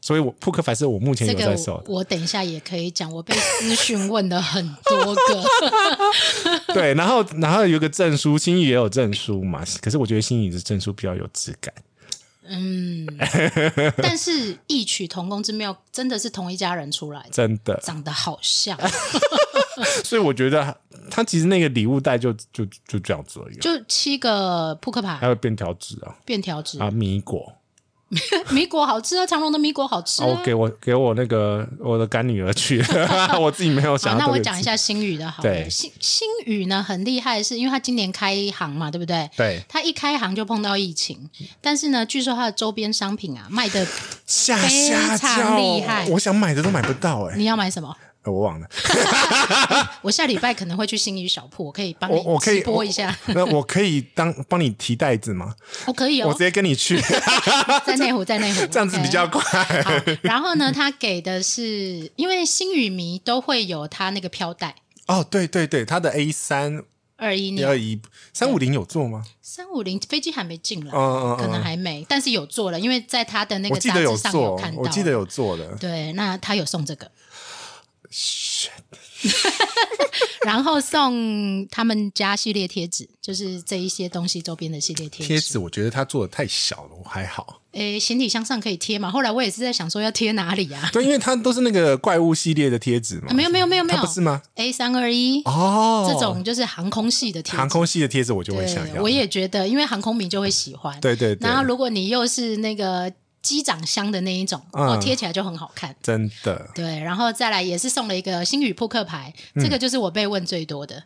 [SPEAKER 2] 所以我扑克牌是我目前
[SPEAKER 1] 这
[SPEAKER 2] 有
[SPEAKER 1] 个
[SPEAKER 2] 在收
[SPEAKER 1] 我
[SPEAKER 2] 的。
[SPEAKER 1] 我等一下也可以讲，我被私讯问了很多 个，
[SPEAKER 2] 对，然后然后有一个证书，星宇也有证书嘛，可是我觉得星宇的证书比较有质感。
[SPEAKER 1] 嗯，但是异曲同工之妙，真的是同一家人出来的，
[SPEAKER 2] 真的，
[SPEAKER 1] 长得好 像，
[SPEAKER 2] 所以我觉得它其实那个礼物袋就就就这样子而已啊，
[SPEAKER 1] 就七个扑克
[SPEAKER 2] 还
[SPEAKER 1] 牌
[SPEAKER 2] 有便条纸啊
[SPEAKER 1] 便条纸，
[SPEAKER 2] 啊米果，
[SPEAKER 1] 米果好吃啊，长隆的米果好吃啊。
[SPEAKER 2] 哦给我给我那个我的干女 儿去，我自己没有想
[SPEAKER 1] 好，
[SPEAKER 2] 要
[SPEAKER 1] 那
[SPEAKER 2] 特
[SPEAKER 1] 我
[SPEAKER 2] 别
[SPEAKER 1] 讲一
[SPEAKER 2] 吃，
[SPEAKER 1] 下星宇的好了。
[SPEAKER 2] 对
[SPEAKER 1] 星星宇呢很厉害，是因为他今年开行嘛，对不对？
[SPEAKER 2] 对。
[SPEAKER 1] 他一开行就碰到疫情，但是呢，据说他的周边商品啊卖 的，
[SPEAKER 2] 下
[SPEAKER 1] 非
[SPEAKER 2] 下
[SPEAKER 1] 常
[SPEAKER 2] 叫，
[SPEAKER 1] 厉害
[SPEAKER 2] 我想买的都买不到哎、
[SPEAKER 1] 你要买什么？
[SPEAKER 2] 呃我忘了，
[SPEAKER 1] 我下礼拜可能会去星宇小铺，我可以帮你
[SPEAKER 2] 我我可以
[SPEAKER 1] 直播一下，
[SPEAKER 2] 那我可以当帮你提袋子吗？
[SPEAKER 1] 我可以
[SPEAKER 2] 我
[SPEAKER 1] 哦
[SPEAKER 2] 直，接跟你去，
[SPEAKER 1] 在内湖，在内湖，
[SPEAKER 2] 这样子比较
[SPEAKER 1] OK
[SPEAKER 2] 快。
[SPEAKER 1] 好，然后呢，他给的是，因为星宇迷都会有他那个飘带，
[SPEAKER 2] 哦，对对对，它的 A 三
[SPEAKER 1] 二一
[SPEAKER 2] 幺
[SPEAKER 1] 年
[SPEAKER 2] 一三五零有做吗？
[SPEAKER 1] 三五零飞机还没进来，
[SPEAKER 2] 嗯嗯嗯
[SPEAKER 1] 可能还没，但是有做了，因为在他的那
[SPEAKER 2] 我
[SPEAKER 1] 个
[SPEAKER 2] 记
[SPEAKER 1] 杂
[SPEAKER 2] 得
[SPEAKER 1] 志上
[SPEAKER 2] 做
[SPEAKER 1] 看，到，
[SPEAKER 2] 我记得有做的。
[SPEAKER 1] 对，那他有送这个， 然后送他们家系列贴纸，就是这一些东西周边的系列贴
[SPEAKER 2] 贴纸，我觉得他做的太小了，我还好。
[SPEAKER 1] 诶，行李箱上可以贴嘛？后来我也是在想说要贴哪里啊？
[SPEAKER 2] 对，因为它都是那个怪物系列的贴纸嘛
[SPEAKER 1] 啊。没有没有没有没
[SPEAKER 2] 它
[SPEAKER 1] 有，
[SPEAKER 2] 不是吗？
[SPEAKER 1] A 三二一
[SPEAKER 2] 哦，
[SPEAKER 1] 这种就是航空系的贴纸，
[SPEAKER 2] 航空系的贴纸我就会想
[SPEAKER 1] 对，
[SPEAKER 2] 要。
[SPEAKER 1] 我也觉得，因为航空迷就会喜欢。
[SPEAKER 2] 对对对
[SPEAKER 1] 然，后如果你又是那个机长箱的那一种，
[SPEAKER 2] 嗯
[SPEAKER 1] 哦，贴起来就很好看。
[SPEAKER 2] 真的
[SPEAKER 1] 对，然后再来也是送了一个星宇扑克牌，这
[SPEAKER 2] 嗯
[SPEAKER 1] 个就是我被问最多 的。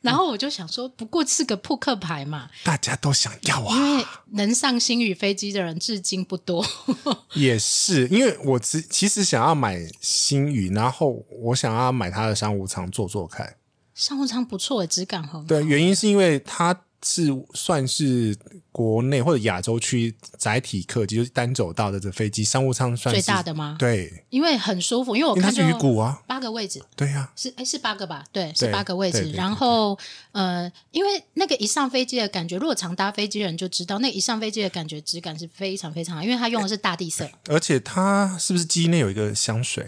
[SPEAKER 1] 然后我就想说，不过是个扑克牌嘛，
[SPEAKER 2] 大家都想要啊。
[SPEAKER 1] 因为能上星宇飞机的人至今不多。
[SPEAKER 2] 也是，因为我其其实想要买星宇，然后我想要买它的商务舱坐坐看。
[SPEAKER 1] 商务舱不错，欸质感很好。
[SPEAKER 2] 对，原因是因为它是算是国内或者亚洲区载体客机，就是单走道的这飞机，商务舱算
[SPEAKER 1] 最
[SPEAKER 2] 是
[SPEAKER 1] 大，的吗？
[SPEAKER 2] 对，
[SPEAKER 1] 因为很舒服，因为我
[SPEAKER 2] 因为它
[SPEAKER 1] 看
[SPEAKER 2] 是鱼
[SPEAKER 1] 就
[SPEAKER 2] 骨啊，
[SPEAKER 1] 八个位置，
[SPEAKER 2] 对啊呀、
[SPEAKER 1] 是哎是八个吧？对，是
[SPEAKER 2] 对
[SPEAKER 1] 八个位
[SPEAKER 2] 对
[SPEAKER 1] 置。
[SPEAKER 2] 对
[SPEAKER 1] 然后呃，因为那个一上飞机的感觉，如果常搭飞机的人就知道，那一上飞机的感觉质感是非常非常好，因为它用的是大地色。
[SPEAKER 2] 而且它是不是机内有一个香水？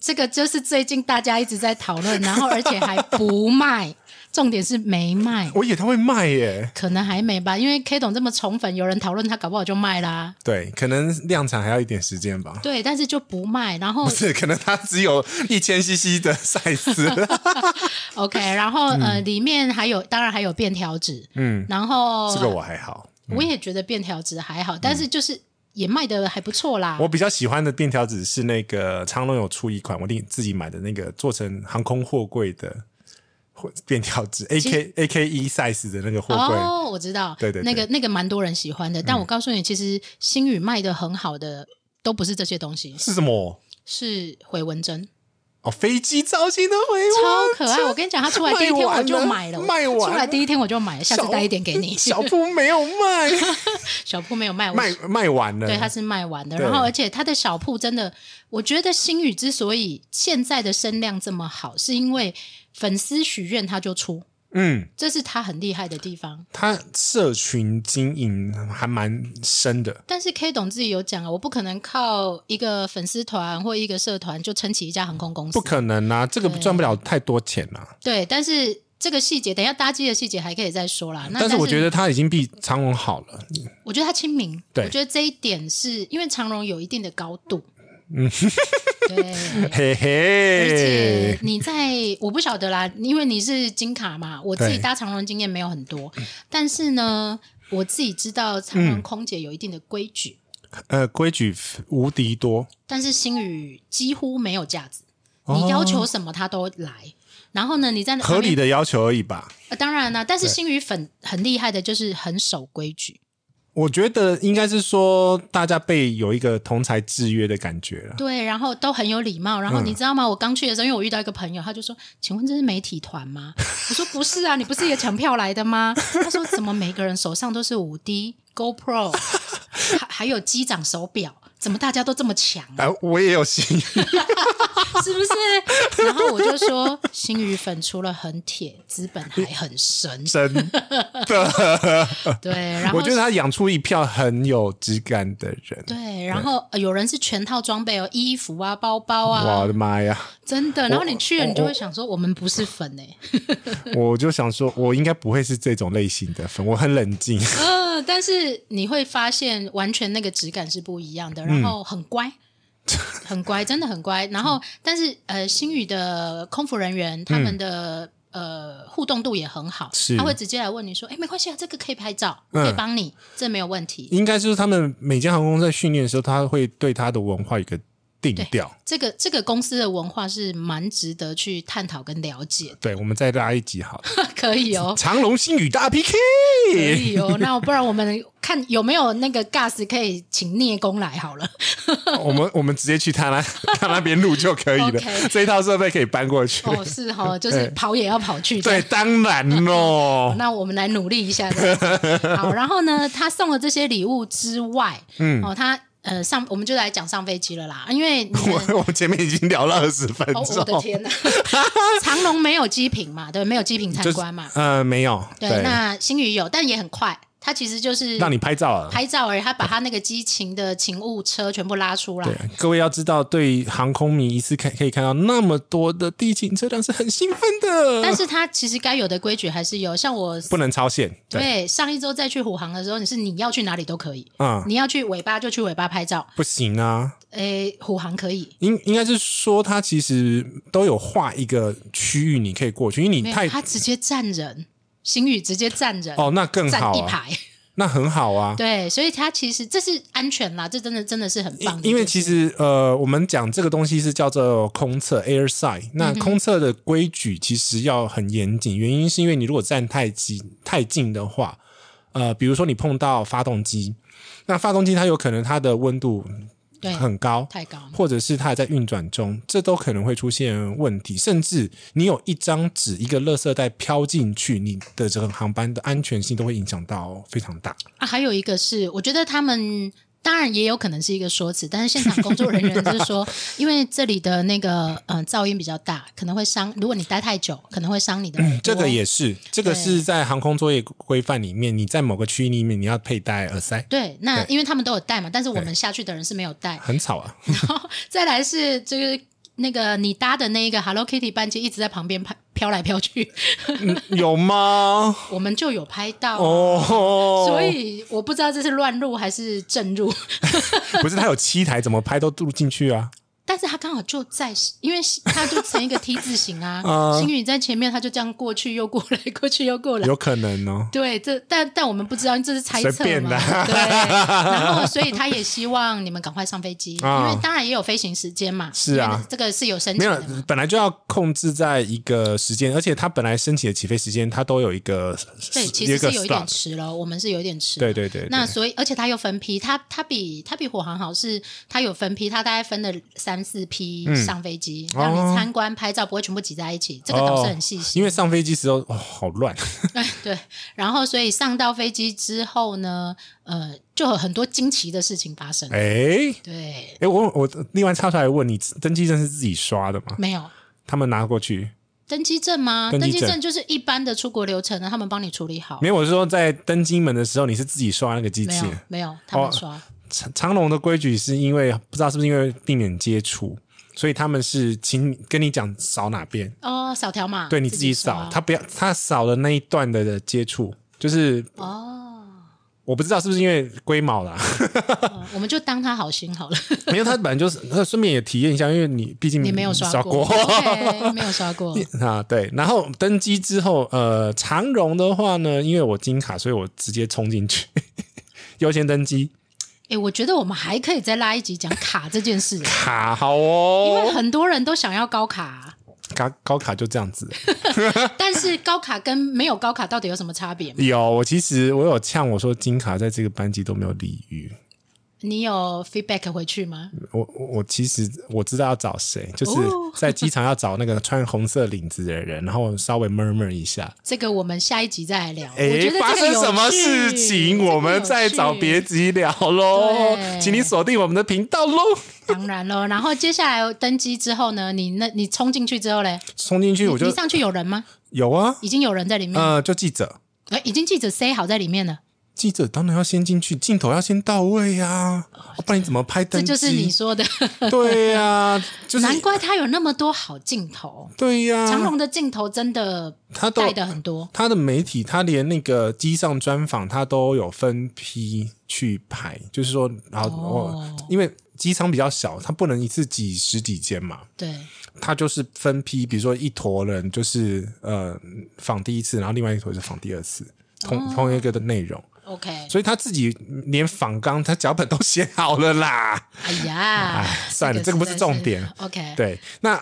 [SPEAKER 1] 这个就是最近大家一直在讨论，然后而且还不卖，重点是没卖，
[SPEAKER 2] 我以为它会卖耶，
[SPEAKER 1] 可能还没吧，因为 K 董这么宠粉，有人讨论他，搞不好就卖啦。
[SPEAKER 2] 对，可能量产还要一点时间吧。
[SPEAKER 1] 对，但是就不卖，然后
[SPEAKER 2] 不是，可能它只有一千 CC 的 size，
[SPEAKER 1] OK，然后、呃，
[SPEAKER 2] 嗯
[SPEAKER 1] 里面还有当然还有便条纸，嗯，然后
[SPEAKER 2] 这个我嗯还好。
[SPEAKER 1] 我也觉得便条纸还好，但是就是也卖的还不错啦。
[SPEAKER 2] 我比较喜欢的便条纸是那个长隆有出一款，我定自己买的那个做成航空货柜的货便条纸，A
[SPEAKER 1] 其
[SPEAKER 2] K A K 一 size 的那个货柜。
[SPEAKER 1] 哦，我知道，
[SPEAKER 2] 对对对嗯
[SPEAKER 1] 那个那个蛮多人喜欢的。但我告诉你，其实星宇卖的很好的都不是这些东西，
[SPEAKER 2] 是什么？
[SPEAKER 1] 是回纹针，
[SPEAKER 2] 哦，飞机造型的回纹，
[SPEAKER 1] 超可爱。我跟你讲，它出来第一天我就买了，
[SPEAKER 2] 卖完了
[SPEAKER 1] 出来第一天我就买了，下次带一点给你。
[SPEAKER 2] 小布没 有卖，
[SPEAKER 1] 小铺没有卖，我
[SPEAKER 2] 卖卖完了。
[SPEAKER 1] 对，它是卖完的。
[SPEAKER 2] 对
[SPEAKER 1] 然后，而且它的小铺真的，我觉得星宇之所以现在的声量这么好，是因为粉丝许愿他就出，
[SPEAKER 2] 嗯，
[SPEAKER 1] 这是他很厉害的地方。
[SPEAKER 2] 它社群经营还蛮深的。
[SPEAKER 1] 但是 K 董自己有讲啊，我不可能靠一个粉丝团或一个社团就撑起一家航空公司
[SPEAKER 2] 不，可能啊，这个赚不了太多钱啊。
[SPEAKER 1] 对。但是这个细节，等一下搭机的细节还可以再说啦。那
[SPEAKER 2] 但是我觉得它已经比长隆好了，
[SPEAKER 1] 我觉得他亲民，
[SPEAKER 2] 对
[SPEAKER 1] 我觉得这一点是因为长荣有一定的高度，嗯， 对。
[SPEAKER 2] 嘿嘿。
[SPEAKER 1] 而且你在我不晓得啦，因为你是金卡嘛，我自己
[SPEAKER 2] 对
[SPEAKER 1] 搭长荣经验没有很多，但是呢，我自己知道长荣空姐有一定的规矩，
[SPEAKER 2] 呃，规矩无敌多，
[SPEAKER 1] 但是星宇几乎没有架子，
[SPEAKER 2] 哦
[SPEAKER 1] 你要求什么他都来。然后呢，你在那
[SPEAKER 2] 合理
[SPEAKER 1] 的、
[SPEAKER 2] 的要求而已吧。
[SPEAKER 1] 呃当然啦，但是
[SPEAKER 2] 对
[SPEAKER 1] 星宇粉很厉害的，就是很守规矩。
[SPEAKER 2] 我觉得应该是说，大家被有一个同才制约的感觉了。
[SPEAKER 1] 对，然后都很有礼貌。然
[SPEAKER 2] 嗯
[SPEAKER 1] 后你知道吗？我刚去的时候，因为我遇到一个朋友，他就说：“请问这是媒体团吗？”我说：“不是啊，你不是也抢票来的吗？”他说：“怎么每个人手上都是五 D GoPro，还还有机长手表？怎么大家都这么强啊？
[SPEAKER 2] 哎、我也有心，
[SPEAKER 1] 是不是？”然后我就说：“星宇粉除了很铁，资本还很 深。
[SPEAKER 2] 真的，”
[SPEAKER 1] 对，然后
[SPEAKER 2] 我觉得他养出一票很有质感的人。
[SPEAKER 1] 对，然后、呃有人是全套装备哦，衣服啊、包包
[SPEAKER 2] 我
[SPEAKER 1] 啊，
[SPEAKER 2] 的妈呀！
[SPEAKER 1] 真的。然后你去了，
[SPEAKER 2] 我
[SPEAKER 1] 你就会想说：“我们不是粉哎、
[SPEAKER 2] 我就想说，我应该不会是这种类型的粉，我很冷静。
[SPEAKER 1] 呃，但是你会发现完全那个质感是不一样的，
[SPEAKER 2] 嗯
[SPEAKER 1] 然后很乖，很乖，真的很乖。然 后，但是呃，星宇的空服人员他们的、呃互动度也很好，
[SPEAKER 2] 嗯是嗯
[SPEAKER 1] 他会直接来问你说：“哎，没关系啊，这个可以拍照，我可以帮你，这没有问题。”
[SPEAKER 2] 应该就是他们每间航空公司在训练的时候，他会对他的文化有一个定调。
[SPEAKER 1] 这个这个公司的文化是蛮值得去探讨跟了解，
[SPEAKER 2] 对，我们再拉一 集好了，
[SPEAKER 1] 可以哦。
[SPEAKER 2] 长隆星宇大 PK。
[SPEAKER 1] 可以哦，那不然我们看有没有那个 gas 可以请聂工来好了。
[SPEAKER 2] 我们我们直接去他那他那边录就可以了
[SPEAKER 1] OK
[SPEAKER 2] 这一套设备可以搬过去。
[SPEAKER 1] 哦，是哦，就是跑也要跑去。这样
[SPEAKER 2] 对，当然 喽。
[SPEAKER 1] 那我们来努力一下这样子。好，然后呢，他送了这些礼物之外，嗯，哦，他呃上，我们就来讲上飞机了啦，因为你们。
[SPEAKER 2] 我我前面已经聊了二十分
[SPEAKER 1] 哦，
[SPEAKER 2] 钟，
[SPEAKER 1] 我的天呐，长隆没有机坪嘛，对，没有机坪参观嘛，
[SPEAKER 2] 呃，没有，
[SPEAKER 1] 对，那新宇有，但也很快，他其实就是
[SPEAKER 2] 让你拍照啊。
[SPEAKER 1] 拍照而已，他把他那个激情的勤务车全部拉出来
[SPEAKER 2] 对。，各位要知道，对航空迷一次看可以看到那么多的地勤车辆是很兴奋的，
[SPEAKER 1] 但是他其实该有的规矩还是有，像我
[SPEAKER 2] 不能超限。对，
[SPEAKER 1] 对上一周再去虎航的时候，你是你要去哪里都可以，
[SPEAKER 2] 嗯，
[SPEAKER 1] 你要去尾巴就去尾巴拍照，
[SPEAKER 2] 不行啊，
[SPEAKER 1] 诶，虎航可以，
[SPEAKER 2] 应应该是说它其实都有画一个区域你可以过去，因为
[SPEAKER 1] 没
[SPEAKER 2] 你
[SPEAKER 1] 有
[SPEAKER 2] 太
[SPEAKER 1] 他直接站人，星宇直接站人，
[SPEAKER 2] 哦，那更
[SPEAKER 1] 站
[SPEAKER 2] 好
[SPEAKER 1] 一
[SPEAKER 2] 啊，
[SPEAKER 1] 排，
[SPEAKER 2] 那很好啊。
[SPEAKER 1] 对，所以他其实这是安全啦，这真的真的是很棒
[SPEAKER 2] 因因为其
[SPEAKER 1] 实
[SPEAKER 2] 实呃，我们讲这个东西是叫做空测
[SPEAKER 1] 嗯
[SPEAKER 2] （air side）。那空测的规矩其实要很严谨，原因是因为你如果站太近太近的话，呃，比如说你碰到发动机，那发动机它有可能它的温度
[SPEAKER 1] 对
[SPEAKER 2] 很高，
[SPEAKER 1] 太高了，
[SPEAKER 2] 或者是它在运转中，这都可能会出现问题。甚至你有一张纸、一个垃圾袋飘进去，你的整个航班的安全性都会影响到非常大。
[SPEAKER 1] 啊，还有一个是，我觉得他们当然也有可能是一个说辞，但是现场工作人员就是 说，因为这里的那个嗯、呃噪音比较大，可能会伤，如果你待太久，可能会伤你的耳朵、
[SPEAKER 2] 嗯这个也是，这个
[SPEAKER 1] 对
[SPEAKER 2] 是在航空作业规范里面，你在某个区域里面你要佩戴耳塞，
[SPEAKER 1] 对，那
[SPEAKER 2] 对
[SPEAKER 1] 因为他们都有带嘛，但是我
[SPEAKER 2] 对
[SPEAKER 1] 们下去的人是没有带。
[SPEAKER 2] 很吵啊。
[SPEAKER 1] 再来是就是那个你搭的那一个 Hello Kitty 班机一直在旁边拍飘来飘去，
[SPEAKER 2] 有吗？
[SPEAKER 1] 我们就有拍到。
[SPEAKER 2] 哦，
[SPEAKER 1] 所以我不知道这是乱入还是正入，
[SPEAKER 2] 不是它有七台，怎么拍都录进去啊？
[SPEAKER 1] 但是他刚好就在，因为他就成一个 T 字形啊
[SPEAKER 2] 啊，
[SPEAKER 1] 星宇在前面，他就这样过去又过来，过去又过来。
[SPEAKER 2] 有可能哦。
[SPEAKER 1] 对，这但但我们不知道，这是猜测
[SPEAKER 2] 随便
[SPEAKER 1] 嘛
[SPEAKER 2] 的
[SPEAKER 1] 对，然后所以他也希望你们赶快上飞机，
[SPEAKER 2] 啊
[SPEAKER 1] 因为当然也有飞行时间嘛。
[SPEAKER 2] 是啊
[SPEAKER 1] 因为这个是有申
[SPEAKER 2] 没
[SPEAKER 1] 请
[SPEAKER 2] 有
[SPEAKER 1] 的嘛。，
[SPEAKER 2] 本来就要控制在一个时间，而且它本来升起的起飞时间，它都有一个
[SPEAKER 1] 对，其
[SPEAKER 2] 有
[SPEAKER 1] 实
[SPEAKER 2] 一个
[SPEAKER 1] 是有一点
[SPEAKER 2] slot，
[SPEAKER 1] 迟了，我们是有一点迟。
[SPEAKER 2] 对对对，
[SPEAKER 1] 那
[SPEAKER 2] 对
[SPEAKER 1] 所以，而且它又分批，它它比它比火航好是，它有分批，它大概分了三四批上飞机，让
[SPEAKER 2] 嗯哦
[SPEAKER 1] 你参观拍照，不会全部挤在一起。这个倒是很细心。
[SPEAKER 2] 因为上飞机时候哦好乱，
[SPEAKER 1] 对，然后所以上到飞机之后呢，呃，就有很多惊奇的事情发生。
[SPEAKER 2] 哎
[SPEAKER 1] 对，
[SPEAKER 2] 哎，我我另外插出来问你，登机证是自己刷的吗？
[SPEAKER 1] 没有
[SPEAKER 2] 他们拿过去，
[SPEAKER 1] 登机证吗？
[SPEAKER 2] 登
[SPEAKER 1] 登
[SPEAKER 2] 机
[SPEAKER 1] 机
[SPEAKER 2] 证
[SPEAKER 1] 证就是一般的出国流程呢，他们帮你处理好
[SPEAKER 2] 没。有，我是说在登机门的时候，你是自己刷那个机
[SPEAKER 1] 没
[SPEAKER 2] 器
[SPEAKER 1] 有。，没
[SPEAKER 2] 哦
[SPEAKER 1] 有，他们刷、
[SPEAKER 2] 长长龙的规矩是因为不知道是不是因为避免接触，所以他们是请跟你讲扫哪边，
[SPEAKER 1] 哦，扫条码，
[SPEAKER 2] 对你自己
[SPEAKER 1] 刷
[SPEAKER 2] 扫，他不要他扫的那一段的的接触，就是
[SPEAKER 1] 哦、
[SPEAKER 2] 我不知道是不是因为龟毛啦，
[SPEAKER 1] 嗯我们就当他好心好了。
[SPEAKER 2] 因为他本来就是，那顺便也体验一下，因为你毕竟
[SPEAKER 1] 你没有刷
[SPEAKER 2] 扫
[SPEAKER 1] 过，对没有刷过。
[SPEAKER 2] 啊，对。然后登机之后，呃，长荣的话呢，因为我金卡，所以我直接冲进去， 优先登机
[SPEAKER 1] 哎，我觉得我们还可以再拉一集讲卡这件 事，
[SPEAKER 2] 卡好
[SPEAKER 1] 因为
[SPEAKER 2] 哦，
[SPEAKER 1] 很多人都想要高卡，啊
[SPEAKER 2] 卡高卡就这样子。
[SPEAKER 1] 但是高卡跟没有高卡到底有什么差别吗？
[SPEAKER 2] 有，我其实我有呛我说金卡在这个班级都没有礼遇。
[SPEAKER 1] 你有 feedback 回去吗？
[SPEAKER 2] 我我我其实我知道要找谁，就是
[SPEAKER 1] 哦
[SPEAKER 2] 在机场要找那个穿红色领子的人，然后稍微 murmur 一下。
[SPEAKER 1] 这个我们下一集再来聊。我
[SPEAKER 2] 诶
[SPEAKER 1] 觉，得
[SPEAKER 2] 发
[SPEAKER 1] 这个
[SPEAKER 2] 生
[SPEAKER 1] 有
[SPEAKER 2] 什么事
[SPEAKER 1] 趣
[SPEAKER 2] 情，我们再找别。
[SPEAKER 1] 这个有趣
[SPEAKER 2] 集聊喽，
[SPEAKER 1] 对
[SPEAKER 2] 请你锁定我们的频道喽。
[SPEAKER 1] 当然喽，然后接下来登机之后呢，你那你冲进去之后嘞，
[SPEAKER 2] 冲进去
[SPEAKER 1] 你
[SPEAKER 2] 我就
[SPEAKER 1] 上去有人吗？
[SPEAKER 2] 有啊，
[SPEAKER 1] 已经有人在里面，
[SPEAKER 2] 呃，就记者，
[SPEAKER 1] 呃，已经记者 say 好在里面了。
[SPEAKER 2] 记者当然要先进去，镜头要先到位呀、啊，不然你怎么拍
[SPEAKER 1] 这
[SPEAKER 2] 登机？
[SPEAKER 1] 就是你说的，
[SPEAKER 2] 对呀、就是
[SPEAKER 1] 难怪他有那么多好镜头。
[SPEAKER 2] 对呀、
[SPEAKER 1] 长隆的镜头真的
[SPEAKER 2] 他嗯都
[SPEAKER 1] 带的很多，
[SPEAKER 2] 他的媒体，他连那个机上专访，他都有分批去排，就是说，然后、
[SPEAKER 1] 哦
[SPEAKER 2] 哦、因为机舱比较小，他不能一次挤十几间嘛，
[SPEAKER 1] 对，
[SPEAKER 2] 他就是分批，比如说一坨人就是呃访第一次，然后另外一坨是访第二次，同、
[SPEAKER 1] 哦
[SPEAKER 2] 同一个的内容，
[SPEAKER 1] OK，
[SPEAKER 2] 所以他自己连访纲、他脚本都写好了啦。
[SPEAKER 1] 哎呀
[SPEAKER 2] 哎， 算了这
[SPEAKER 1] 个
[SPEAKER 2] 个不是
[SPEAKER 1] 实在
[SPEAKER 2] 重点。
[SPEAKER 1] OK，
[SPEAKER 2] 对，那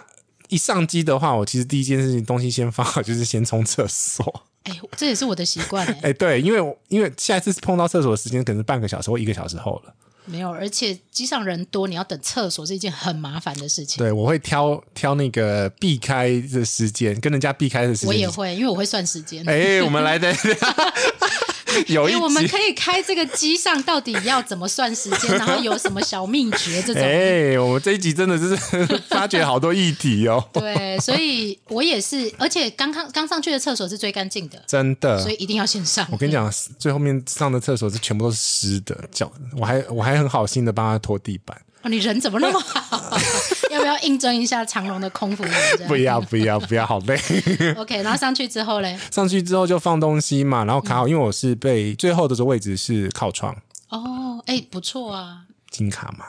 [SPEAKER 2] 一上机的话，我其实第一件事情东西先放好，就是先冲厕所。
[SPEAKER 1] 哎，这也是我的习惯哎
[SPEAKER 2] 哎、，对，因为我因为下一次碰到厕所的时间可能是半个小时或一个小时后了。
[SPEAKER 1] 没有，而且机上人多，你要等厕所是一件很麻烦的事情。
[SPEAKER 2] 对，我会挑挑那个避开的时间，跟人家避开的时 间。哎
[SPEAKER 1] 我也会，因为我会算时间。
[SPEAKER 2] 哎、我们来的， 有一
[SPEAKER 1] 哎，我们
[SPEAKER 2] 集
[SPEAKER 1] 可，以开这个机上到底要怎么算时 间，然后有什么小秘诀这种。
[SPEAKER 2] 哎，我们这一集真的是 发掘好多议题哦，
[SPEAKER 1] 对，所以我也是，而且刚刚刚上去的厕所是最干净的，
[SPEAKER 2] 真的
[SPEAKER 1] 所。以一嗯定要先上。
[SPEAKER 2] 我跟你讲，最后面上的厕所是全部都是湿的，脚我还我还很好心的帮他拖地板，
[SPEAKER 1] 哦，你人怎么那么好？ 要不要应征一下长隆的空服员？这样
[SPEAKER 2] 不要不要不要，好累。
[SPEAKER 1] OK，然后上去之后嘞，
[SPEAKER 2] 上去之后就放东西嘛，然后卡好，
[SPEAKER 1] 嗯
[SPEAKER 2] 因为我是被最后的位置是靠窗
[SPEAKER 1] 哦，哎，不错啊，
[SPEAKER 2] 金卡嘛，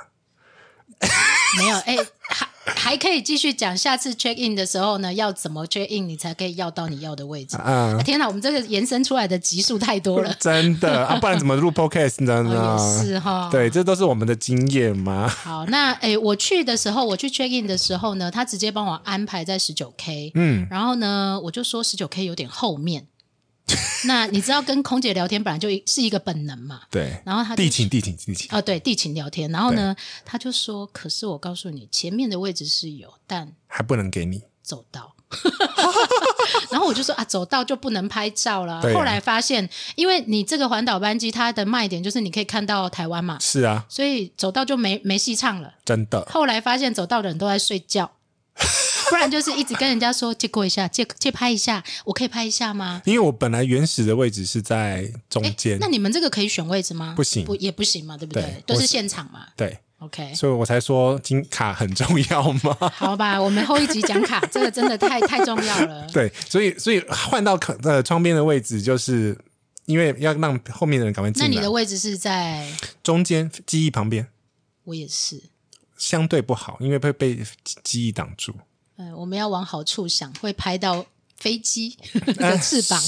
[SPEAKER 1] 没有，哎，还还可以继续讲，下次 check in 的时候呢，要怎么 check in 你才可以要到你要的位置？
[SPEAKER 2] 嗯。
[SPEAKER 1] 啊天哪，我们这个延伸出来的集数太多了
[SPEAKER 2] 真 的啊，不然怎么录 podcast 呢？
[SPEAKER 1] 哦也是哈
[SPEAKER 2] 对，这都是我们的经验嘛。
[SPEAKER 1] 好，那诶，我去的时候，我去 check in 的时候呢，他直接帮我安排在十九 K，嗯，然后呢，我就说十九 K 有点后面。那你知道跟空姐聊天本来就是一个本能嘛，
[SPEAKER 2] 对，
[SPEAKER 1] 然后他就
[SPEAKER 2] 地勤地勤地勤，
[SPEAKER 1] 哦，对，地勤聊天，然后呢，他就说：“可是我告诉你，前面的位置是有，但
[SPEAKER 2] 还不能给你。
[SPEAKER 1] 走道。” 然后我就说啊，走道就不能拍照了。
[SPEAKER 2] 对啊
[SPEAKER 1] 后来发现，因为你这个环岛班机，它的卖点就是你可以看到台湾嘛，
[SPEAKER 2] 是啊，
[SPEAKER 1] 所以走道就没没戏唱了。
[SPEAKER 2] 真的。
[SPEAKER 1] 后来发现走道的人都在睡觉，不然就是一直跟人家说借过一下，借借拍一下，我可以拍一下吗？
[SPEAKER 2] 因为我本来原始的位置是在中
[SPEAKER 1] 哎，
[SPEAKER 2] 间
[SPEAKER 1] 那，你们这个可以选位置吗？
[SPEAKER 2] 不行
[SPEAKER 1] 不也不行嘛，对不对？
[SPEAKER 2] 对
[SPEAKER 1] 都
[SPEAKER 2] 我
[SPEAKER 1] 是
[SPEAKER 2] 是
[SPEAKER 1] 现场嘛。
[SPEAKER 2] 对，
[SPEAKER 1] OK，
[SPEAKER 2] 所以我才说金卡很重要嘛。
[SPEAKER 1] 好吧，我们后一集讲卡，这个真的太太重要 了。
[SPEAKER 2] 对，所以所以换到可呃窗边的位置，就是因为要让后面的人赶快
[SPEAKER 1] 那
[SPEAKER 2] 进
[SPEAKER 1] 你的
[SPEAKER 2] 来，
[SPEAKER 1] 位置是在
[SPEAKER 2] 中间机翼旁边
[SPEAKER 1] 我也是，
[SPEAKER 2] 相对不好，因为会被机翼挡住。
[SPEAKER 1] 嗯，我们要往好处想，会拍到飞 机的翅膀。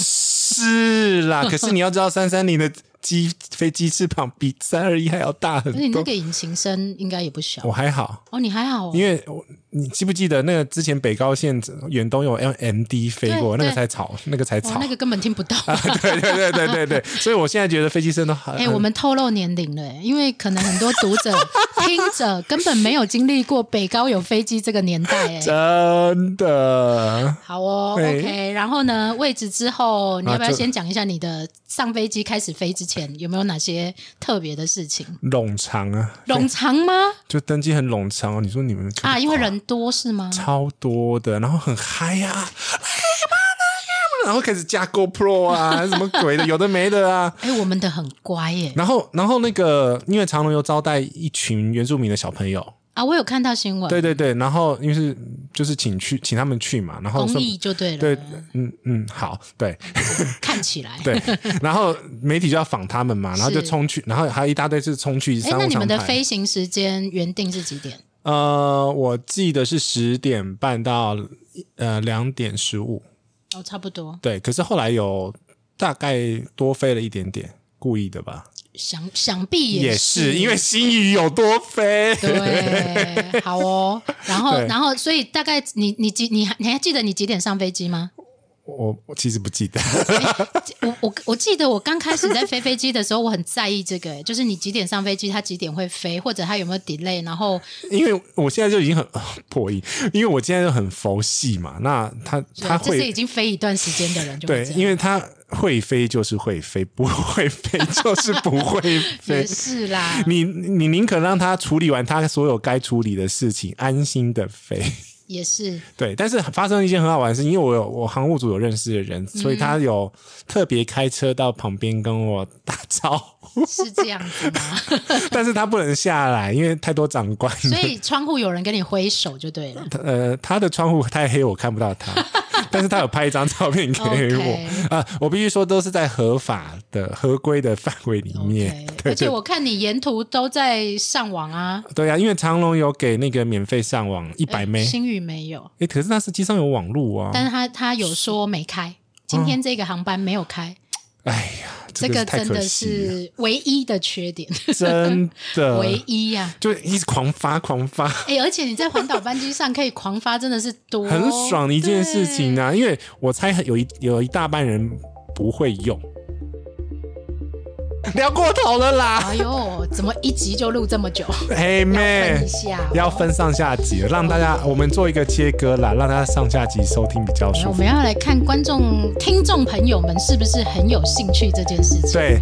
[SPEAKER 2] 是 啦，可是你要知道，三三零的机飞机翅膀比三二一还要大
[SPEAKER 1] 而且
[SPEAKER 2] 很
[SPEAKER 1] 那
[SPEAKER 2] 多。
[SPEAKER 1] 个引擎声应该也不小
[SPEAKER 2] 我还好，
[SPEAKER 1] 哦，你还好哦
[SPEAKER 2] 因，为我你记不记得那个之前北高线呃远东有 MD 飞过，
[SPEAKER 1] 对
[SPEAKER 2] 那个才吵，那个才
[SPEAKER 1] 哇，
[SPEAKER 2] 吵。
[SPEAKER 1] 哦那个根本听不到。
[SPEAKER 2] 对对对对对对，所以我现在觉得飞机声都很。
[SPEAKER 1] 哎、我们透露年龄了，因为可能很多读者、听者根本没有经历过北高有飞机这个年 代。哎，
[SPEAKER 2] 真的
[SPEAKER 1] 好哦
[SPEAKER 2] 哎啊
[SPEAKER 1] ，OK。然后呢，位置之后，你要不要
[SPEAKER 2] 那就
[SPEAKER 1] 先讲一下你的上飞机开始飞之前有没有哪些特别的事情？
[SPEAKER 2] 冗长啊，
[SPEAKER 1] 冗长吗？
[SPEAKER 2] 就登机很冗长哦。你说你们
[SPEAKER 1] 啊，因为人多是吗？
[SPEAKER 2] 超多的，然后很嗨呀、啊，然后开始加 GoPro 啊，什么鬼的，有的没的啊。
[SPEAKER 1] 哎、我们的很乖耶
[SPEAKER 2] 然后，然后那个，因为长隆有招待一群原住民的小朋友，
[SPEAKER 1] 啊，我有看到新闻，
[SPEAKER 2] 对对对，然后因为是就是请去请他们去嘛，然后
[SPEAKER 1] 公
[SPEAKER 2] 说
[SPEAKER 1] 益就对了，
[SPEAKER 2] 对，嗯嗯，好，对
[SPEAKER 1] 看起来。
[SPEAKER 2] 对，然后媒体就要访他们嘛，然后就是冲去，然后还有一大堆是冲去
[SPEAKER 1] 哎，
[SPEAKER 2] 商
[SPEAKER 1] 那
[SPEAKER 2] 务
[SPEAKER 1] 你们
[SPEAKER 2] 舱
[SPEAKER 1] 的
[SPEAKER 2] 排。
[SPEAKER 1] 飞行时间原定是几点？
[SPEAKER 2] 呃，我记得是十点半到呃两点十五，
[SPEAKER 1] 哦，差不多，
[SPEAKER 2] 对，可是后来有大概多飞了一点点，故意的吧？
[SPEAKER 1] 想想必
[SPEAKER 2] 也
[SPEAKER 1] 是
[SPEAKER 2] 是因为新宇有多飞，
[SPEAKER 1] 对，好哦。然后，
[SPEAKER 2] 对
[SPEAKER 1] 然后，所以大概你你几你还你还记得你几点上飞机吗？
[SPEAKER 2] 我我其实不记得，
[SPEAKER 1] 我我我记得我刚开始在飞飞机的时候，我很在意这个，哎就是你几点上飞机，它几点会飞，或者它有没有 delay，然后
[SPEAKER 2] 因为我现在就已经很、 破音，因为我现在就很佛系嘛。那他他
[SPEAKER 1] 这是已
[SPEAKER 2] 会
[SPEAKER 1] 经飞一段时间的人就会
[SPEAKER 2] 对，
[SPEAKER 1] 这样
[SPEAKER 2] 因为他会飞就是会飞，不会飞就是不会
[SPEAKER 1] 也
[SPEAKER 2] 飞。
[SPEAKER 1] 是啦。
[SPEAKER 2] 你你宁可让他处理完他所有该处理的事情，安心的飞。
[SPEAKER 1] 也是，
[SPEAKER 2] 对，但是发生了一件很好玩的事，因为我有我航务组有认识的人，所以
[SPEAKER 1] 嗯
[SPEAKER 2] 他有特别开车到旁边跟我打招呼，
[SPEAKER 1] 是这样子吗？
[SPEAKER 2] 但是他不能下来，因为太多长官了
[SPEAKER 1] 所以窗户有人跟你挥手就对了。
[SPEAKER 2] 他呃，他的窗户太黑，我看不到他， 但是他有拍一张照片给我
[SPEAKER 1] OK
[SPEAKER 2] 啊、我必须说都是在合法的合规的范围里面
[SPEAKER 1] OK，
[SPEAKER 2] 对
[SPEAKER 1] 而且
[SPEAKER 2] 对
[SPEAKER 1] 我看你沿途都在上网啊，
[SPEAKER 2] 对啊，因为长隆有给那个免费上网一百枚，
[SPEAKER 1] 新宇没有，
[SPEAKER 2] 哎，可是那是机上有网路啊，
[SPEAKER 1] 哎但是他他有说没开，今天这个航班没有开，
[SPEAKER 2] 哎呀，
[SPEAKER 1] 这
[SPEAKER 2] 哦个
[SPEAKER 1] 个
[SPEAKER 2] 太
[SPEAKER 1] 真
[SPEAKER 2] 可
[SPEAKER 1] 的
[SPEAKER 2] 惜了，
[SPEAKER 1] 是唯一的缺 点，
[SPEAKER 2] 真 的
[SPEAKER 1] 唯一呀、
[SPEAKER 2] 就一直狂发狂发，
[SPEAKER 1] 啊。哎、而且你在环岛班机上可以狂发，真的是多
[SPEAKER 2] 很爽的一件事情
[SPEAKER 1] 哦对
[SPEAKER 2] 啊！因为我猜有一有一大半人不会用。聊过头了啦。
[SPEAKER 1] 哎呦，怎么一集就录这么久？
[SPEAKER 2] 嘿 妹
[SPEAKER 1] 分一下哦，
[SPEAKER 2] 要分上下集了，让大家我们做一个切割啦，让大家上下集收听比较
[SPEAKER 1] 我
[SPEAKER 2] 舒服
[SPEAKER 1] 们。要来看观众、听众朋友们是不是很有兴趣这件事情。
[SPEAKER 2] 对，